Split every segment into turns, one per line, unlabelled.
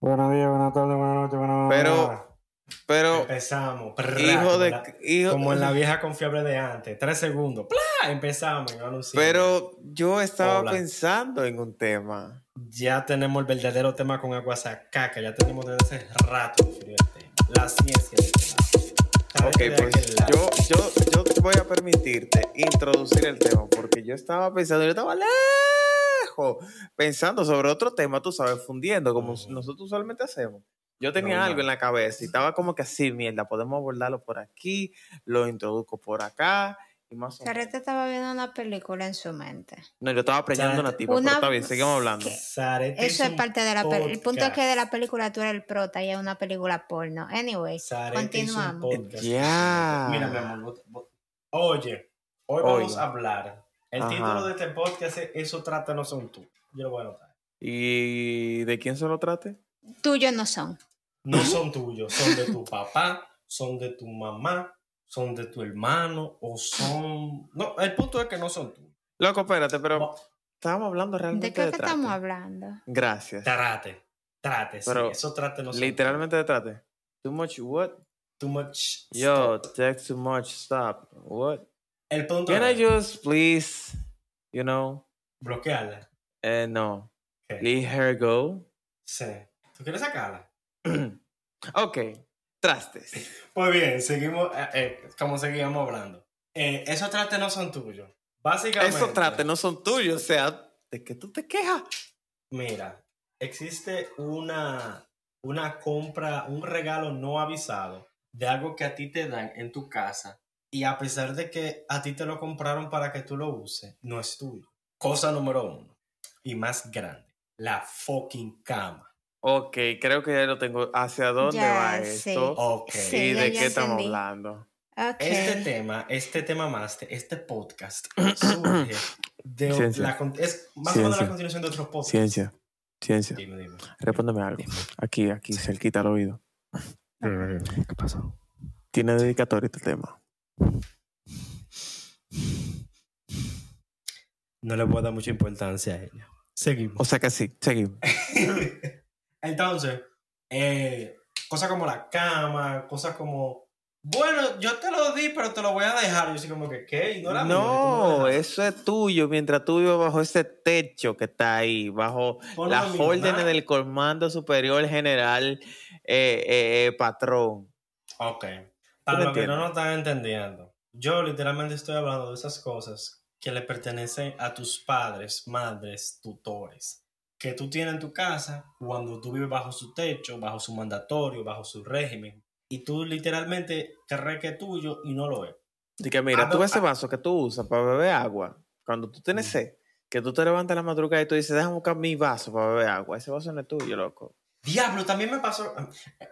Buenos días, buenas tardes, buenas noches, buenas mañanas.
Pero, pero,
Empezamos.
hijo de.
Como,
hijo-
la, como en la vieja confiable de antes. Tres segundos. ¡Pla! Empezamos. y no anunciamos.
Pero yo estaba
Hola.
pensando en un tema.
Ya tenemos el verdadero tema con Aguasacaca. Ya tenemos desde hace rato. fíjate. La ciencia. del trabajo.
Ok,
Sáquete de
pues
aquel lado.
yo, yo, yo te voy a permitirte introducir el tema porque yo estaba pensando, yo estaba lejos pensando sobre otro tema, tú sabes, fundiendo como
Ujú.
nosotros usualmente hacemos. Yo tenía
No,
algo
no.
en la cabeza y estaba como que así, mierda, podemos abordarlo por aquí, lo introduzco por acá y más o menos.
Sarete estaba viendo una película en su mente.
No, yo estaba preñando una
Sarete-
tipa, pero
Una-
está bien, seguimos hablando.
¿Qué?
Sarete
Eso es
un
parte de la película. El punto es que de la
podcast.
película tú eres el prota y es una película porno. Anyway,
Sarete hizo un
continuamos.
podcast.
Ya.
Mira, mi amor, vos- vos- Oye, hoy
Oye.
vamos a hablar. El
Ajá.
título de este podcast es Eso trata no son tú. Yo lo voy a anotar.
¿Y de quién se lo trate?
Tuyos no son.
No son tuyos, son de tu papá, son de tu mamá, son de tu hermano o son... No, el punto es que no son tuyos.
Loco, espérate, pero
No,
estábamos hablando realmente
¿De
de,
qué que
trate.
estamos hablando?
Gracias.
Trate, trate, sí,
Pero,
eso trate no son
Literalmente de trate. Too much what?
tuyos. Too much
Yo,
stuff.
text too much, stop. What?
El punto
Can I
es
just please, you know,
bloquearla.
eh, no.
Ok.
Let her go.
Sí. ¿Tú quieres sacarla?
ok, trastes.
Pues bien, seguimos, eh, eh, como seguíamos hablando. Eh, esos trates no son tuyos. Básicamente...
Esos trastes no son tuyos, o sea, ¿de qué tú te quejas?
Mira, existe una, una compra, un regalo no avisado de algo que a ti te dan en tu casa y a pesar de que a ti te lo compraron para que tú lo uses, no es tuyo. Cosa número uno y más grande, la fucking cama.
Ok, creo que ya lo tengo. ¿Hacia dónde
Ya,
va
sí.
esto?
Ok.
Sí.
¿Y
ya-
de
ya
qué estamos
entendí.
hablando?
Ok.
Este tema, este tema más, este podcast surge de
Ciencia.
la, con- es más o menos la
Ciencia.
continuación de otros podcasts.
Ciencia, ciencia.
Dime, dime.
Respóndeme algo. Aquí, aquí, cerquita al oído. Mm, ¿Qué pasó? Tiene dedicatoria este tema.
No le voy a dar mucha importancia a ella. Seguimos.
O sea que sí, seguimos.
Eh, Entonces, eh, cosas como la cama, cosas como, bueno, yo te lo di, pero te lo voy a dejar. Yo así como que, ¿qué? ¿Y no, la mía? ¿Cómo
No,
la dejaste?
eso es tuyo mientras tú vives bajo ese techo que está ahí, bajo
Ponlo en
las
mi
órdenes
mano.
del Comando Superior General eh, eh, eh, Patrón.
Ok. Para
me
los que no
entiendes?
nos están entendiendo, yo literalmente estoy hablando de esas cosas que le pertenecen a tus padres, madres, tutores, que tú tienes en tu casa cuando tú vives bajo su techo, bajo su mandatorio, bajo su régimen, y tú literalmente crees que es tuyo y no lo es.
Así que mira,
Ah,
tú
no,
ves ese vaso que tú usas para beber agua, cuando tú tienes
Mm.
sed, que tú te levantas en la madrugada y tú dices, déjame buscar mi vaso para beber agua. Ese vaso no es tuyo, loco.
Diablo, también me pasó.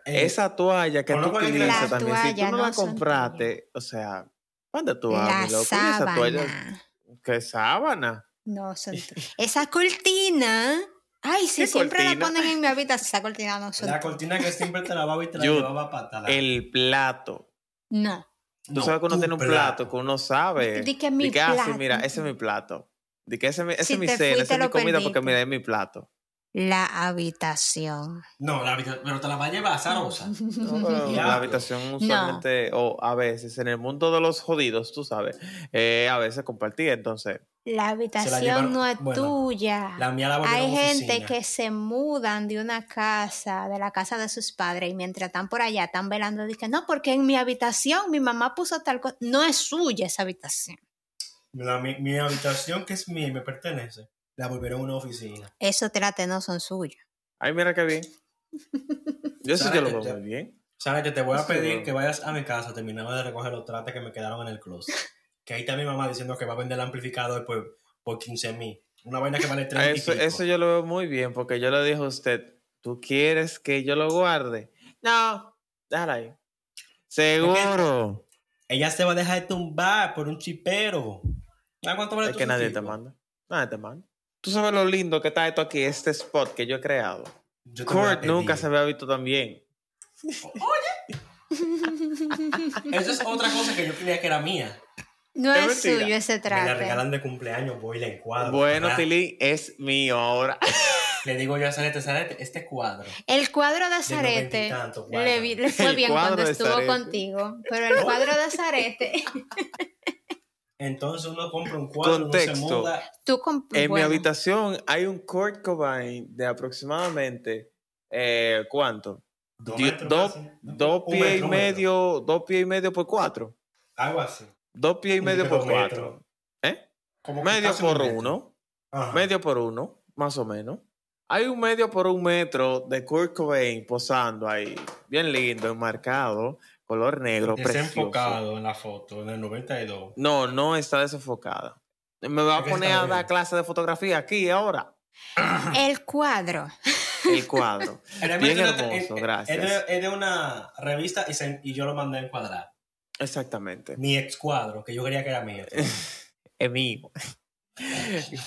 eh,
Esa toalla que tú
conozco a alguien que-
utilizas
Las
también, si tú
toallas
no, la
no son
compraste, o sea, ¿dónde tú vas,
La
mi loco? Y esa toalla,
sábana.
¿qué sábana?
No son tuyos. Esa cortina. Ay, si
¿Qué
siempre
cortina?
la ponen en mi habitación, esa cortina no son
La
tuyos.
cortina que siempre te lavaba y te la
Yo-
llevaba patada.
El plato.
No.
Tú sabes que uno tiene un plato, que uno sabe.
Di que mi
Di que, ah, sí,
plato.
mira, ese es mi plato. Di que ese, es mi- ese
Si
es mi
te
cena,
fuiste,
esa es mi
lo
comida, porque
perdiste.
mira, es mi plato.
La habitación.
No, la habita- pero te la va a llevar azarosa.
Pero
diablo.
la habitación usualmente, o a veces, en el mundo de los jodidos, tú sabes, eh, a veces compartía. Entonces,
La
llevaron-
habitación no es
bueno,
tuya.
La mía la va a
Hay gente
oficina.
que se mudan de una casa, de la casa de sus padres, y mientras están por allá, están velando, dicen, no, porque en mi habitación mi mamá puso tal cosa. No es suya esa habitación.
La- mi, mi habitación, que es mía y me pertenece, la volveré a una oficina.
Esos trates no son suyos.
ay, mira qué bien. Yo sí
¿Sabes
yo lo
que
veo
te-
muy bien.
Sabes que te voy a
Sí,
pedir
bueno.
que vayas a mi casa terminando de recoger los trates que me quedaron en el closet. Que ahí está mi mamá diciendo que va a vender el amplificador por, por 15 mil. Una vaina que vale 30
Eso, eso yo lo veo muy bien, porque yo le dije a usted, ¿tú quieres que yo lo guarde? No, déjala ahí. Seguro.
Ella se va a dejar de tumbar por un chipero. ¿Sabes cuánto vale
Es
tu
que nadie te
sufijo?
manda. Nadie te manda. Tú sabes lo lindo que está esto aquí, este spot que yo he creado.
Yo te voy a
Kurt nunca
pedir.
se había visto tan bien.
Esa es otra cosa que yo creía que era mía.
No
Es
es,
mentira.
suyo ese
Me la
trate.
regalan de cumpleaños, voy y la encuadro.
Bueno,
¿verdad?
Tilly, es mío ahora.
Le digo yo a Zarete, Zarete, este cuadro.
El cuadro de
noventa y
Zarete
tantos,
le, vi- le fue
El
bien
cuadro
cuando
de
estuvo
Zarete.
contigo, pero el cuadro de Zarete,
Entonces uno compra un cuadro, uno se
Contexto.
muda.
tú con
En mi
bueno,
habitación hay un Kurt Cobain de aproximadamente, eh, ¿cuánto?
Dos
Di-
metros
dos-
casi,
Dos
un
pies y
metro, un metro.
medio, dos pies y medio por cuatro.
Algo así.
Dos pies y
Un
medio por
metro.
cuatro.
Como que
Medio
casi un
por
metro.
uno,
Ajá.
medio por uno, más o menos. Hay un medio por un metro de Kurt Cobain posando ahí, bien lindo, enmarcado, color negro, precioso.
Desenfocado en la foto, en el 92.
No, no está desenfocada. Me va a
Creo que
poner
está
a dar
bien.
clase de fotografía aquí ahora.
el cuadro.
El cuadro.
Realmente
Bien
era-
hermoso,
eh, eh,
gracias.
Era, era una revista y, se- y yo lo mandé a encuadrar.
Exactamente.
Mi ex cuadro, que yo creía que era mío.
Amigo.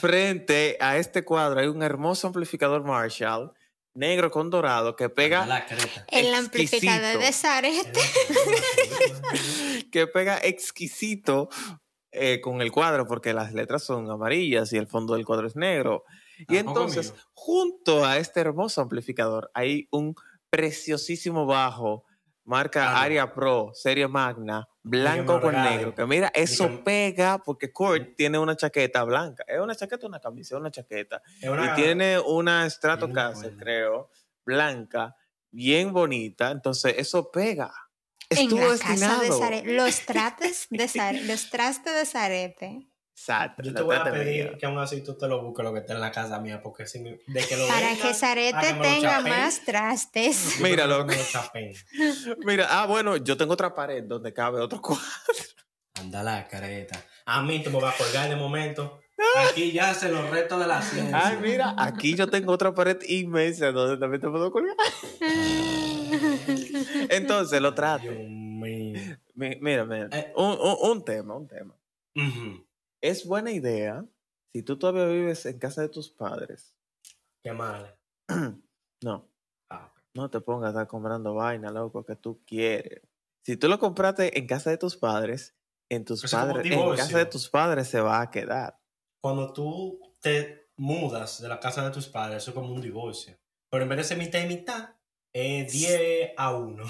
Frente a este cuadro hay un hermoso amplificador Marshall, negro con dorado, que pega,
La creta.
El
Exquisito.
amplificador de Zarete.
que pega exquisito eh, con el cuadro, porque las letras son amarillas y el fondo del cuadro es negro. Y
Tampoco
entonces,
mío.
junto a este hermoso amplificador, hay un preciosísimo bajo, marca
Claro.
Aria Pro, serie magna, blanco
me
con
regalen.
negro. Que mira, eso
me-
pega porque Kurt tiene una chaqueta blanca. ¿Es una chaqueta o una camisa? Es una chaqueta.
Es una-
Y tiene una
Tiene
Stratocaster,
una buena.
creo, blanca, bien bonita. Entonces, eso pega.
En
Estuvo
la casa de
destinado.
Zarete, los trates de Zarete, los trastes de Zarete,
Exacto,
Yo
la
te voy a
trata de
pedir
mía.
que aún así tú te lo busques lo que está en la casa mía, porque si me- de que lo
para
vendan,
que Zarete
hágamelo
tenga
chapén.
más trastes.
Yo prefiero
Míralo.
que me lo chapén.
Mira, ah, bueno, yo tengo otra pared donde cabe otro cuadro.
Anda la careta. A mí tú me vas a colgar de momento. Aquí ya se los retos de la ciencia.
Ah. Ay, mira, aquí yo tengo otra pared inmensa donde también te puedo colgar. Entonces, lo trato.
Dios mío.
Mi- Mira, mira,
Eh.
un, un- un tema, un tema.
Ujú.
Es buena idea, si tú todavía vives en casa de tus padres,
Qué mal.
no,
Ah, ok.
no te pongas a estar comprando vaina, loco, que tú quieres. Si tú lo compraste en casa de tus padres, en tus
Eso es como un
padres, en casa de
divorcio.
tus padres se va a quedar.
Cuando tú te mudas de la casa de tus padres, eso es como un divorcio. Pero en vez de ser mitad y mitad, es 10 a 1.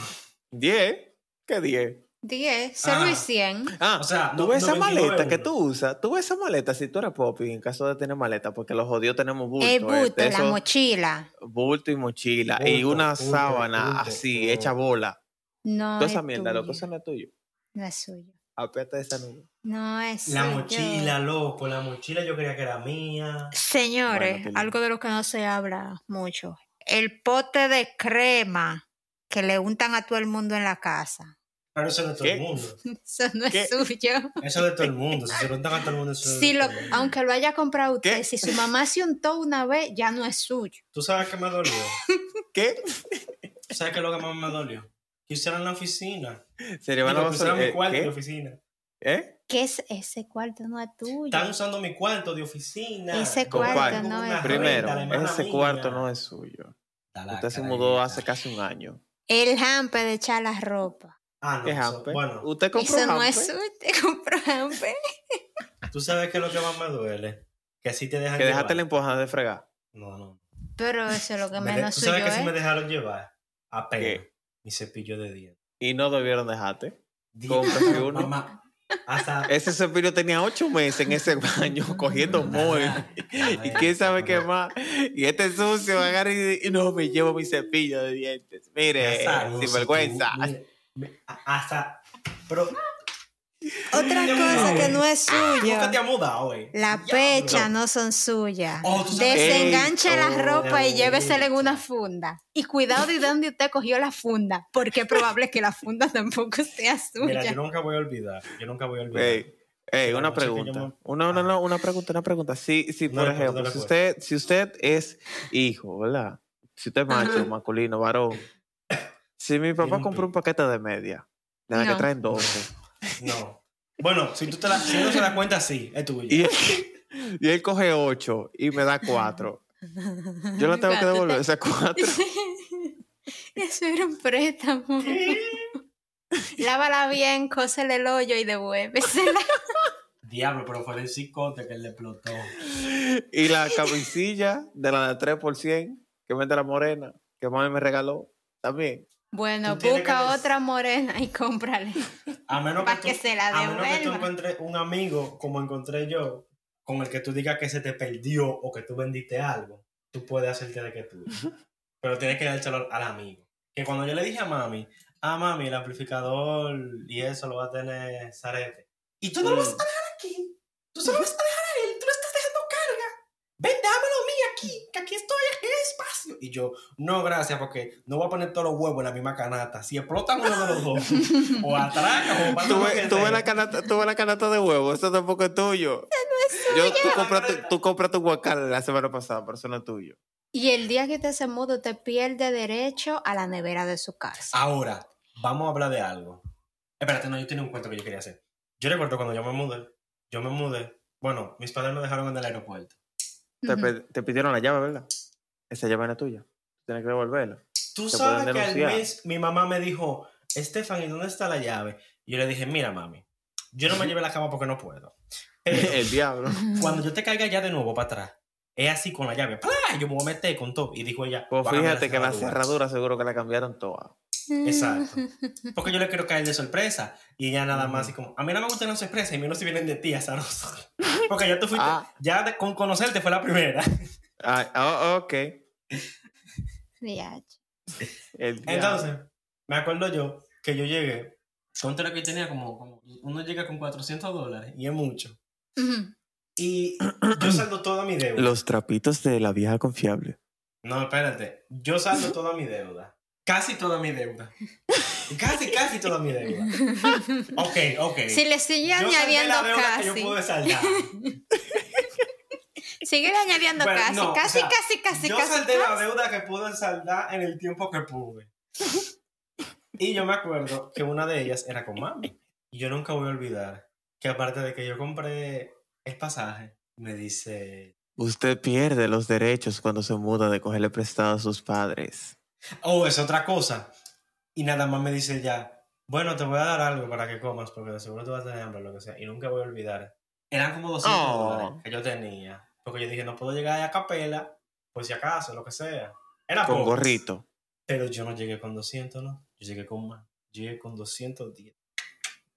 10, ¿qué 10?
10, 0 y
Ah.
100.
Ah,
O sea,
tú
no-
ves esa
99
maleta que
uno.
tú usas, tú ves esa maleta si tú eres popi en caso de tener maleta, porque los jodidos tenemos bulto,
El bulto,
este,
la
eso,
mochila.
bulto y mochila y
Bulto,
una
bulto,
sábana
bulto,
así,
bulto.
hecha bola.
No
Toda
es
esa mierda, loco,
tuyo,
eso no es tuyo.
No es suyo.
Apeta esa nube.
No es
La
suyo.
mochila, loco, la mochila yo creía que era mía.
Señores,
Bueno,
algo de lo que no se habla mucho. El pote de crema que le untan a todo el mundo en la casa.
Pero eso es de todo
¿Qué?
el mundo.
Eso no
¿Qué?
es suyo.
Eso es de todo el mundo. Si se lo untan a todo el mundo, eso es
Si
de
lo,
todo el mundo.
aunque lo haya comprado usted,
¿Qué?
si su mamá se untó una vez, ya no es suyo.
¿Tú sabes qué me dolió?
¿Qué?
¿Tú sabes qué es lo que más me dolió? Que usaron la oficina.
Se llevan la
Digo, que usaron
basura.
mi
eh,
cuarto de
¿Qué?
oficina.
¿Eh?
¿Qué es ese cuarto? No es tuyo.
Están usando mi cuarto de oficina.
Ese
¿Con cuarto cuál?
no es-
Primero,
Renta, la hermana
ese
mía. Ah,
cuarto no es suyo.
Está la
Usted se
careta.
mudó hace casi un año.
El hamper de echar la ropa.
Ah, no.
¿Qué
eso-
hamper?
bueno,
¿Usted compró
Eso no es
hamper?
suyo. Te compró hamper.
tú sabes qué es lo que más me duele. Que así te dejan
Que dejaste la
llevar.
empujada de fregar.
No, no.
Pero eso es lo que
Me de-
menos
Tú
suyo ¿eh?
sabes que
es.
si me dejaron llevar. Apenas.
¿Qué?
Mi cepillo de dientes.
Y no debieron dejarte.
Dios,
Cómprate uno.
Mamá. Hasta
Ese cepillo tenía ocho meses en ese baño cogiendo moho. Y quién sabe qué más. Y este sucio agarra y, y no me llevo mi cepillo de dientes. Mire, sin vergüenza.
Hasta. Pero.
Otra
Yo
cosa
Ah, no.
que no es
Nunca te
suya.
ha mudado, güey.
La
Diablo.
pecha no son suyas.
Oh, tú sabes-
Desenganche
Ey,
la
oh,
ropa y
Dios.
llévesela en una funda. Y cuidado de dónde usted cogió la funda, porque es probable que la funda tampoco sea
Mira, yo
suya.
nunca voy a olvidar. Yo nunca voy a olvidar.
Ey, ey,
la
una
noche que yo
pregunta.
me- Ah.
Una, no, no, una pregunta, una pregunta. Sí, sí,
No,
por
no, no,
ejemplo,
no, no,
si
no.
usted, si usted es hijo, ¿verdad? Si usted es macho,
Ajá.
masculino, varón. Si mi
Tiene
papá
un
compró un paquete de media, de la
No.
que traen 12.
No. Bueno, si tú te la, si uno se la cuenta, sí, es tuyo.
Y él, y él coge 8 y me da 4. Yo la tengo que
Gato,
devolver, esas 4.
Eso era un préstamo. Lávala bien, cósele el hoyo y devuélvesela.
diablo, pero fue el psicote que le explotó.
Y la camisilla de la de 3% que vende la morena, que mami me regaló también.
Bueno,
Tú tienes que
busca
des-
otra morena y cómprale.
A menos
Pa'
tú-
que se la
a menos que tú
devuelva.
encuentres un amigo como encontré yo, con el que tú digas que se te perdió o que tú vendiste algo, tú puedes hacerte de que tú. Pero tienes que dárselo al amigo. Que cuando yo le dije a mami, ah, mami, el amplificador y eso lo va a tener Zarete. Y tú no lo vas a
Mm.
dejar aquí. Tú solo vas a dejar a él. Tú lo estás dejando carga. Ven, dámelo a mí aquí, que aquí estoy, aquí hay espacio. Y yo, no, gracias, porque no voy a poner todos los huevos en la misma canasta. Si explotan uno de los dos, o atracan, o pasa lo Ah, que
Tuve, tuve,
sea.
la canasta, tuve la canasta de huevo, eso tampoco es tuyo. Yo, tú, compraste, tú compraste guacal la semana pasada, pero eso no es tuyo.
Y el día que usted se muda, usted pierde derecho a la nevera de su
Ah,
casa.
Ahora, vamos a hablar de algo. Espérate, no, yo tenía un cuento que yo quería hacer. Yo recuerdo cuando yo me mudé, yo me mudé. Bueno, mis padres me dejaron en el aeropuerto.
Te,
Ujú.
pe- te pidieron la llave, ¿verdad? Esa llave no es tuya. Tienes que devolverla.
Tú
Te
sabes
pueden
que al
denunciar.
mes mi mamá me dijo, Estefan, ¿y dónde está la llave? Y yo le dije, mira, mami, yo no me llevé a la cama porque no puedo. Pero
El diablo.
cuando yo te caiga ya de nuevo para atrás, es así con la llave. ¡plá! Y Yo me voy a meter con todo. Y dijo ella,
Pues
"Bájame
fíjate que la
cerradura".
cerradura seguro que la cambiaron toda.
Exacto. Porque yo le quiero caer de sorpresa. Y ella nada más
Ujú.
así como, a mí no me gustan las sorpresas y menos si vienen de ti, azaroso. Porque ya tú fuiste,
Ah.
ya de- con conocerte fue la primera.
Ah, ah, ok.
Ya.
El diablo.
Entonces, me acuerdo yo que yo llegué, contra lo que tenía como, como, uno llega con 400 dólares y es mucho.
Ujú.
Y yo saldo toda mi deuda.
Los trapitos de la vieja confiable.
No, espérate, yo saldo toda mi deuda. Casi toda mi deuda. Casi, casi toda mi deuda. Ok, ok.
Si le sigue
Yo saldé
añadiendo
la deuda que yo
casi,
pude saldar.
sigue añadiendo
Bueno,
casi,
no, o
casi,
sea,
casi, casi,
yo
casi,
saldé
casi.
la deuda que pude saldar en el tiempo que pude. Y yo me acuerdo que una de ellas era con mami. Y yo nunca voy a olvidar que aparte de que yo compré el pasaje, me dice,
Usted pierde los derechos cuando se muda de cogerle prestado a sus padres.
oh, es otra cosa. Y nada más me dice ya, bueno, te voy a dar algo para que comas porque de seguro tú vas a tener hambre o lo que sea. Y nunca voy a olvidar. Eran como 200
Oh.
dólares que yo tenía. Porque yo dije, no puedo llegar a capela, por si acaso, lo que sea. Era
Con
poco.
gorrito.
Pero yo no llegué con 200, ¿no? Yo llegué con más. Yo llegué con 210.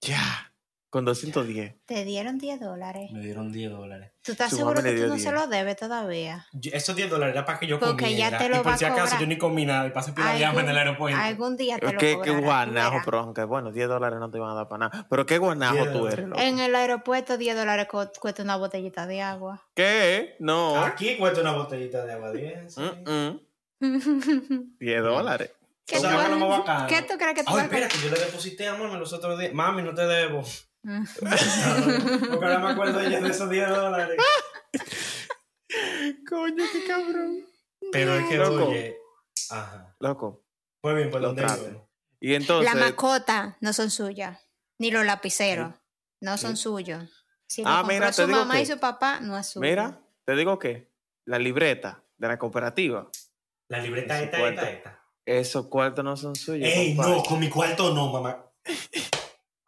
Ya. Con 210.
Te dieron 10 dólares.
Me dieron 10 dólares.
¿Tú estás
Su
seguro
mamá le
que tú
dio
no
10.
se lo debes todavía?
Yo- esos 10 dólares era para que yo
Porque
comiera.
ya te lo
y por
va
si
a
acaso
cobrar.
yo ni comí nada y pasé por la llama en el aeropuerto.
Algún día te lo
Qué, qué
cobrarán, tú
guanajo,
verás.
pero aunque bueno, 10 dólares no te van a dar para nada. Pero qué guanajo
10
tú
dólares.
eres, loco.
En el aeropuerto 10 dólares co- cuesta una botellita de agua.
¿Qué? No.
Aquí cuesta una botellita de agua 10. Ah, sí.
Mm-mm.
¿Qué
10 dólares.
O
tú
sea,
vas-
que lo más bacano.
¿Qué tú crees que tú
Ay,
vas a
espera, que yo le deposité a mami los otros días. Mami, no te debo.
Mm.
Porque ahora me acuerdo ya de esos 10 dólares.
Coño, qué cabrón.
Pero es que,
Loco.
oye. Ajá.
Loco.
Muy bien, ¿por
Lo
dónde
trate.
íbamos?
Y entonces.
La mascota no son suyas, ni los lapiceros, no son suyos. Si
Ah,
lo compró
mira, te
su
digo
mamá
que-
y su papá, no es suyo.
Mira, te digo que la libreta de la cooperativa,
La libreta
Ese
esta,
cuarto.
esta, esta.
esos cuartos no son suyos.
Ey,
compadre.
no, con mi cuarto no, mamá.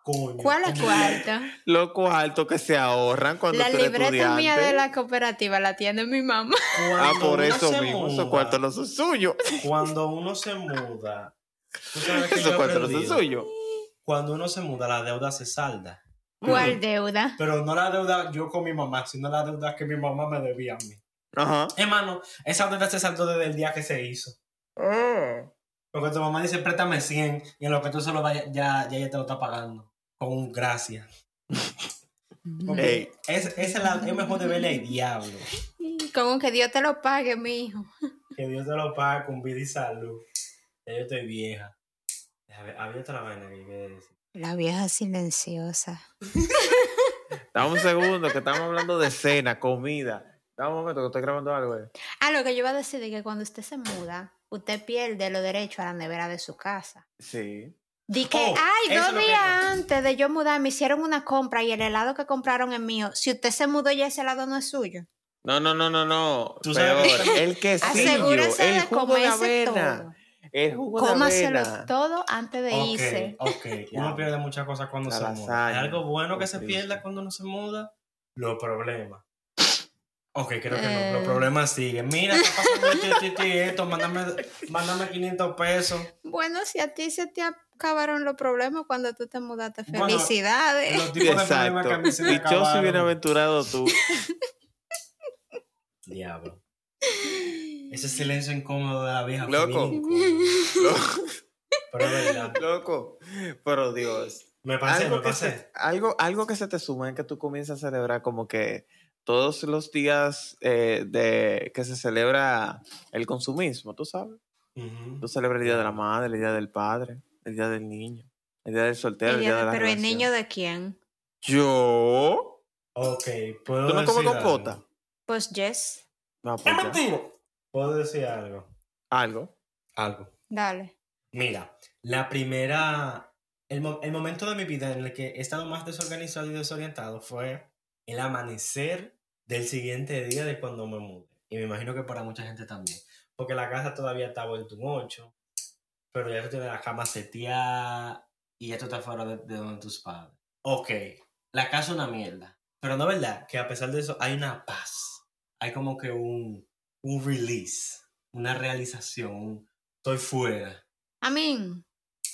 Coño.
¿Cuál
Con
es
mi-
cuarta?
Los cuartos que se ahorran cuando
La
tú eres
libreta mía
estudiante.
de la cooperativa la tiene mi mamá.
Ah,
Cuando
por
uno
eso
se
mismo, esos
muda,
cuartos no son suyos.
Cuando uno se muda, tú sabes que yo
Esos
he
cuartos no son
aprendido,
suyos.
Cuando uno se muda, la deuda se salda.
¿Cuál deuda?
Pero no la deuda yo con mi mamá, sino la deuda que mi mamá me debía a mí.
Ajá.
Hermano, esa deuda se saldó desde el día que se hizo. Oh. Porque tu mamá dice, préstame 100, y en lo que tú se lo das, ya, ya ella te lo está pagando. Con un gracias.
Ey.
Porque es, esa es, la, es mejor deberle al diablo.
Como que Dios te lo pague, mi hijo.
Que Dios te lo pague con vida y salud. Ya yo estoy vieja. A ver, había otra vaina que yo quería decir.
La vieja silenciosa.
Dame un segundo, que estamos hablando de cena, comida. Dame un momento, que estoy grabando algo. eh.
Ah, lo que yo iba a decir es que cuando usted se muda, usted pierde los derechos a la nevera de su casa.
Sí.
Di que,
Oh, eso
ay,
es
dos
lo que
días
yo-
antes de yo mudar me hicieron una compra y el helado que compraron es mío. Si usted se mudó ya ese helado no es suyo.
No, no, no, no, no.
Tú
Peor.
sabes que-
El quesillo,
Asegúrese
el
de
jugo de
comerse
avena.
todo.
El jugo de
Cómaselo
avena.
todo antes de irse.
Ok, ok. Uno pierde muchas cosas cuando
La
se muda.
lasaña,
Hay algo bueno
qué
que se
triste.
pierda cuando uno se muda. los problemas. Ok, creo que no. Los problemas siguen. Mira, está pasando esto, esto, y este esto. Mándame, mándame 500 pesos.
Bueno, si a ti se te acabaron los problemas cuando tú te mudaste, felicidades.
Los tipos de problemas que a mí se me
Dichoso y
acabaron.
bienaventurado tú.
Diablo. Ese silencio incómodo de la vieja. fue
Loco.
bien incómodo.
Lo-
Pero es verdad.
Loco. Pero Dios.
Me pasé,
Algo
me
que,
pasé.
se, algo, algo que se te suma es que tú comienzas a celebrar como que todos los días eh, de, que se celebra el consumismo, tú sabes.
Ujú.
Tú celebras el Día de la Madre, el Día del Padre, el Día del Niño, el Día del Soltero, el Día, de la
pero el
relación.
niño de quién?
¿Yo?
Ok, puedo
¿Tú no comes
decir algo?
compota?
Pues Jess,
No, pues
¡Es
ya.
mentira! Puedo decir algo.
Algo.
Algo.
dale.
Mira, la primera. El, mo- el momento de mi vida en el que he estado más desorganizado y desorientado fue el amanecer del siguiente día de cuando me mudé. Y me imagino que para mucha gente también. Porque la casa todavía está vuelta un 8, pero ya tú tienes la cama seteada y ya tú estás fuera de, de donde tus padres. Ok, la casa es una mierda. Pero no es verdad que a pesar de eso hay una paz. Hay como que un, un release, una realización. un estoy fuera.
Amén.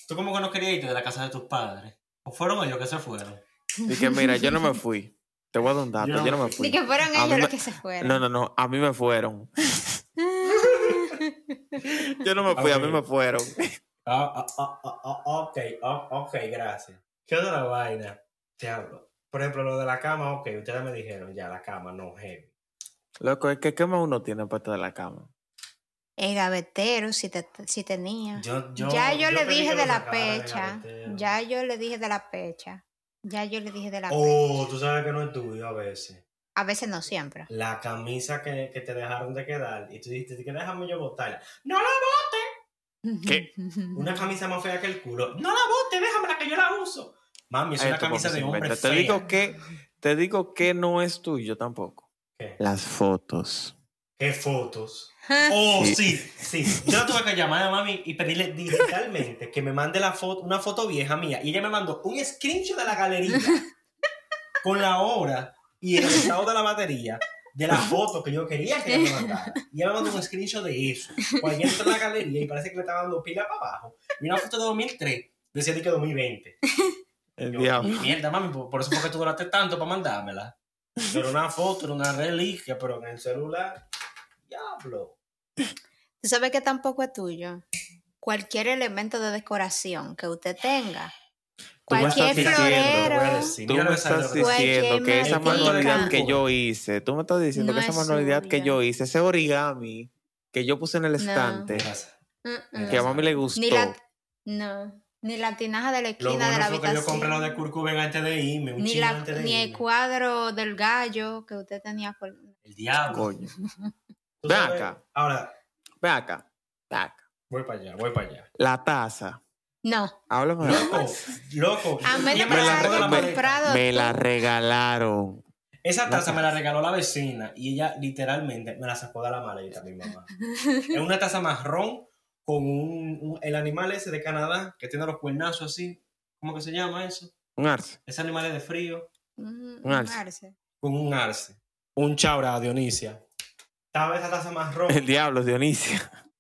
¿Tú como que no querías irte de la casa de tus padres? ¿O fueron ellos que se fueron?
Dije, mira, yo no me fui. Te voy a dar un dato,
Yo
yo
no me
no, me
Ni
fui.
que fueron
A mí
ellos los
me-
que se fueron.
No, no, no, a mí me fueron. Yo no me fui, a mí
Ok.
me fueron.
Ah, ah, ah, ah, ah, ok, ah, ok, gracias. ¿Qué otra vaina? Te hablo. Por ejemplo, lo de la cama, ok, ustedes me dijeron ya, la cama, no heavy.
Loco, es que ¿qué más uno tiene aparte de la cama?
El gavetero, si, te, si tenía.
Yo,
ya yo, le
pedí
dije
que
de
lo
la
sacaran del
pecha.
gavetero.
Ya yo le dije de la pecha. Ya yo le dije de la
Oh,
pecha.
tú sabes que no es tuyo a veces.
A veces no siempre.
La camisa que, que te dejaron de quedar y tú dijiste que déjame yo botarla. ¡No la bote!
¿Qué?
Una camisa más fea que el culo. ¡No la bote! ¡Déjamela que yo la uso! Mami, es
Ay,
una
esto
camisa
como
de
se
hombre
inventa. Te
fea.
digo que, te digo que no es tuyo tampoco.
¿Qué?
Las fotos.
¿Qué fotos? Oh, sí, sí. Yo tuve que llamar a mami y pedirle digitalmente que me mande la foto, una foto vieja mía. Y ella me mandó un screenshot de la galería con la hora y el estado de la batería de la foto que yo quería que ella me mandara. Y ella me mandó un screenshot de eso. Cuando ella entró en la galería y parece que le estaba dando pila para abajo. Y una foto de 2003 decía de que 2020.
El
Yo,
Eh, diablo.
Mierda, mami, por, por eso fue que tú duraste tanto para mandármela. Era una foto, era una reliquia, pero en el celular, diablo.
Tú sabes que tampoco es tuyo. Cualquier elemento de decoración que usted tenga.
Tú me
Cualquier
estás diciendo,
florero.
Tú me estás
Cualquier
diciendo que esa
matica.
manualidad que yo hice, tú me estás diciendo
No
que esa
es
manualidad que
suya.
yo hice, ese origami que yo puse en el estante,
Pues, Mm-mm.
que a mami le gustó.
Ni la, no, ni la tinaja de la
Oh. Lo
esquina
bueno
de la
fue que yo compré lo de
habitación.
Curcuben antes de irme, un
Ni,
chino
la-
antes de
ni el
irme.
cuadro del gallo que usted tenía. col-
El diablo.
Coño.
Tú
Ven
sabes,
acá.
Ahora,
Ve acá, ve acá.
voy para allá, voy para allá.
La taza.
No,
Háblame. de la
Loco, loco.
a
yo siempre
menos que
me
la
la-
saco de
haya
la
me-
maleta.
comprado.
Me
tú.
la regalaron.
Esa taza
Loco.
me la regaló la vecina y ella literalmente me la sacó de la maleta, mi mamá. es una taza marrón con un, un- el animal ese de Canadá que tiene los cuernazos así. ¿Cómo que se llama eso?
Un arce.
Ese animal es de frío.
Mm,
Un arce.
arce.
con un arce. Un chaura, Dionisia. Estaba esa taza
El
marrón.
diablo, Dionisia.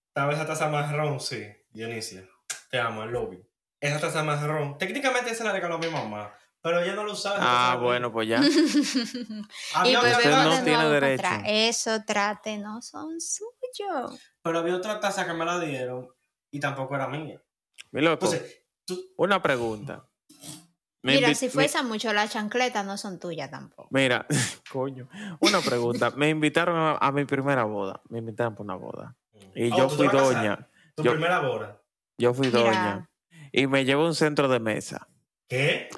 Estaba esa taza marrón, sí, Dionisia. Te amo, el lobby. Esa taza marrón. Técnicamente esa la regaló mi mamá, pero ella no lo usaba.
Ah,
entonces-
bueno, pues ya.
y
Había otra
Usted
volvemos
no
de
taza-
tiene
nuevo para
derecho.
atrás. Eso trate, no son suyos.
Pero había otra taza que me la dieron y tampoco era mía.
Mi loco,
Entonces, tú-
una pregunta. Me
Mira,
invi-
si
me-
fuesen mucho las chancletas, no son tuyas tampoco.
Mira, coño, una pregunta. Me invitaron a, a mi primera boda. Me invitaron para una boda. Y
Oh,
yo
¿tú te
fui
vas a casar?
doña.
Tu
Yo-
primera boda.
Yo fui
Mira.
doña. Y me llevo un centro de mesa.
¿Qué?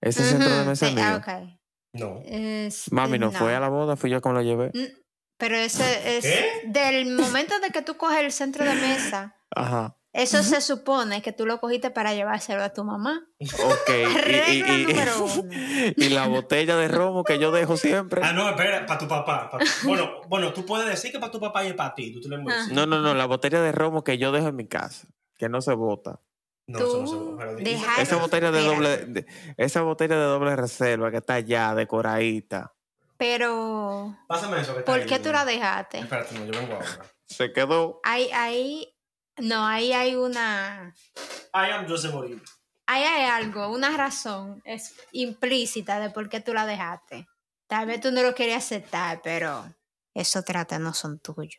Ese centro de
Ujú,
mesa es
sí,
mío.
ah, ok.
No.
Eh,
Es-
Mami no,
no.
fue a la boda, fui yo que me lo llevé.
mm, Pero ese es
¿Qué?
del momento de que tú coges el centro de mesa.
Ajá.
Eso se supone que tú lo cogiste para llevárselo a tu mamá.
Ok. y, y-
Regla
y-
número uno.
y la botella de romo que yo dejo siempre.
Ah, no, espera, para tu papá. pa' tu- Bueno, bueno, tú puedes decir que para tu papá y para ti. Tú te lo puedes decir.
No,
Ah,
no, no, la botella de romo que yo dejo en mi casa, que no se bota.
No,
Tú
eso no se puede, pero dice-
dejaste- Ay,
Esa botella de
espérate.
doble, de- esa botella de doble reserva que está allá decoradita.
Pero,
Pásame eso que está
¿por
ahí,
qué tú
Luna.
la dejaste?
Espérate, no, yo vengo ahora.
Se quedó.
Ahí, ahí, no, ahí hay una,
I am Joseph Morillo.
ahí hay algo, una razón es implícita de por qué tú la dejaste. Tal vez tú no lo querías aceptar, pero esos tratos no son tuyos.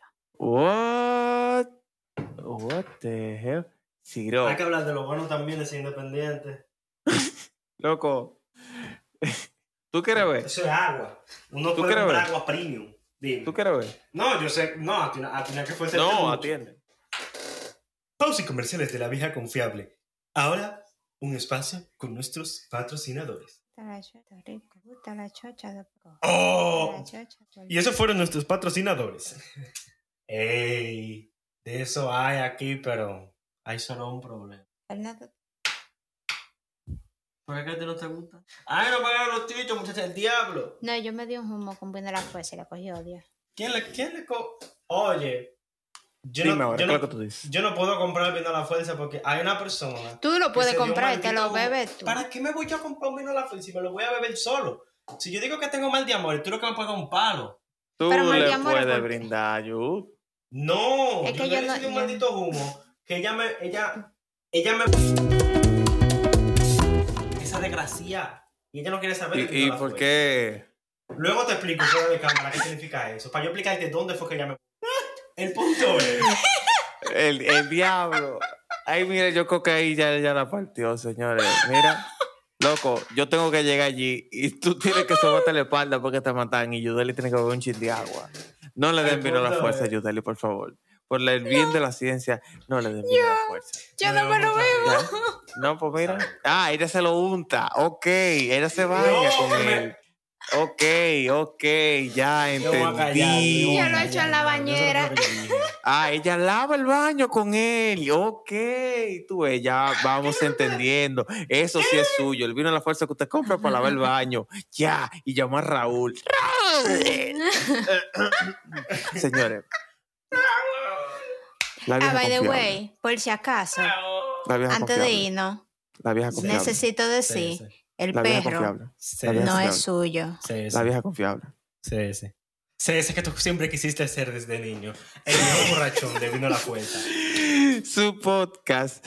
What? What the hell? Ciro,
Hay que hablar de lo bueno también de ser independiente.
loco. ¿Tú quieres ver?
Eso es agua. Uno
¿Tú
puede
crees?
comprar agua premium. Dime.
¿Tú quieres ver?
No, yo sé. No, a ti, a ti no que fuese.
No, atiende.
Pausa y comerciales de la vieja confiable. Ahora, un espacio con nuestros patrocinadores.
Gusta la chocha, rico, gusta la chocha de poco,
¡Oh!
la chocha, suelta.
Y esos fueron nuestros patrocinadores. ¡Ey! De eso hay aquí, pero hay solo un problema.
Fernando,
¿Por qué a ti no te gusta? ¡Ay, no pagaron los tichos, muchachos! ¡El diablo!
No, yo me di un humo con buena la fuerza y le cogí odio.
¿Quién le, quién le co- Oye, yo
Dime
no,
ahora, ¿qué
yo
es
no-
lo que tú dices?
yo no puedo comprar vino a la fuerza porque hay una persona.
Tú lo
que
puedes
se dio un
comprar y te
maldito
lo
humo.
bebes tú.
¿Para qué me voy yo a comprar un vino a la fuerza si me lo voy a beber solo? Si yo digo que tengo mal de amor, tú lo que me pagas es un palo.
Tú
Pero, María
le
Amor,
puedes
¿por qué?
brindar ayuda.
No,
Es
yo
que
le
yo no-
recibí un
yo-
maldito humo que ella me, ella, ella me. Esa desgracia. Y ella no quiere saber. del
¿Y,
vino
y
a la
por
fuerza.
qué?
Luego te explico fuera de cámara qué significa eso. Para yo explicarte dónde fue que ella me. El punto es.
El, el diablo. Ay, mire, yo creo que ahí ya, ya la partió, señores. Mira, loco, yo tengo que llegar allí y tú tienes que sobarte la espalda porque te matan y Yudeli tiene que beber un chin de agua. No le den
Ay,
vino a la
puta,
fuerza,
eh.
Yudeli, por favor. Por el bien de la ciencia, no le den vino a la fuerza.
Yo no me lo bebo.
¿Ya? No, pues mira. Ah, ella se lo unta. Ok, ella se baña con
me-
él. Ok, ok, ya
Yo voy a callar,
entendí.
Yo
voy a
lo he hecho en la
callar,
bañera.
yo sé lo que yo dije.
Ah, ella lava el baño con él. Ok, tú, ves, ya vamos entendiendo. Eso sí es suyo. El vino a la fuerza que usted compra para lavar el baño. Ya, y llama a Raúl. Señores. La
Ah,
vieja
by the
confiable,
way, por si acaso,
"Ah, oh".
La vieja
antes de
confiable,
irnos,
La vieja confiable.
necesito
Sí,
decir,
sí,
el
La vieja
perro
confiable.
sí,
La vieja
no
confiable.
es suyo.
sí,
La
sí,
vieja confiable.
sí, sí. Sí, ese que tú siempre quisiste hacer desde niño. El viejo borrachón de vino a la fuerza.
Su podcast,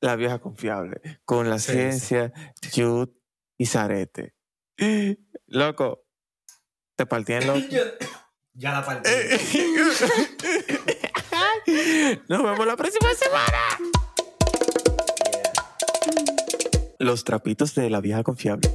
La vieja confiable, con la
Sí, sí.
ciencia, Jude y Zarete. Loco, te partí en los...
Ya la partí.
Eh, Nos vemos la próxima semana. Los trapitos de la vieja confiable.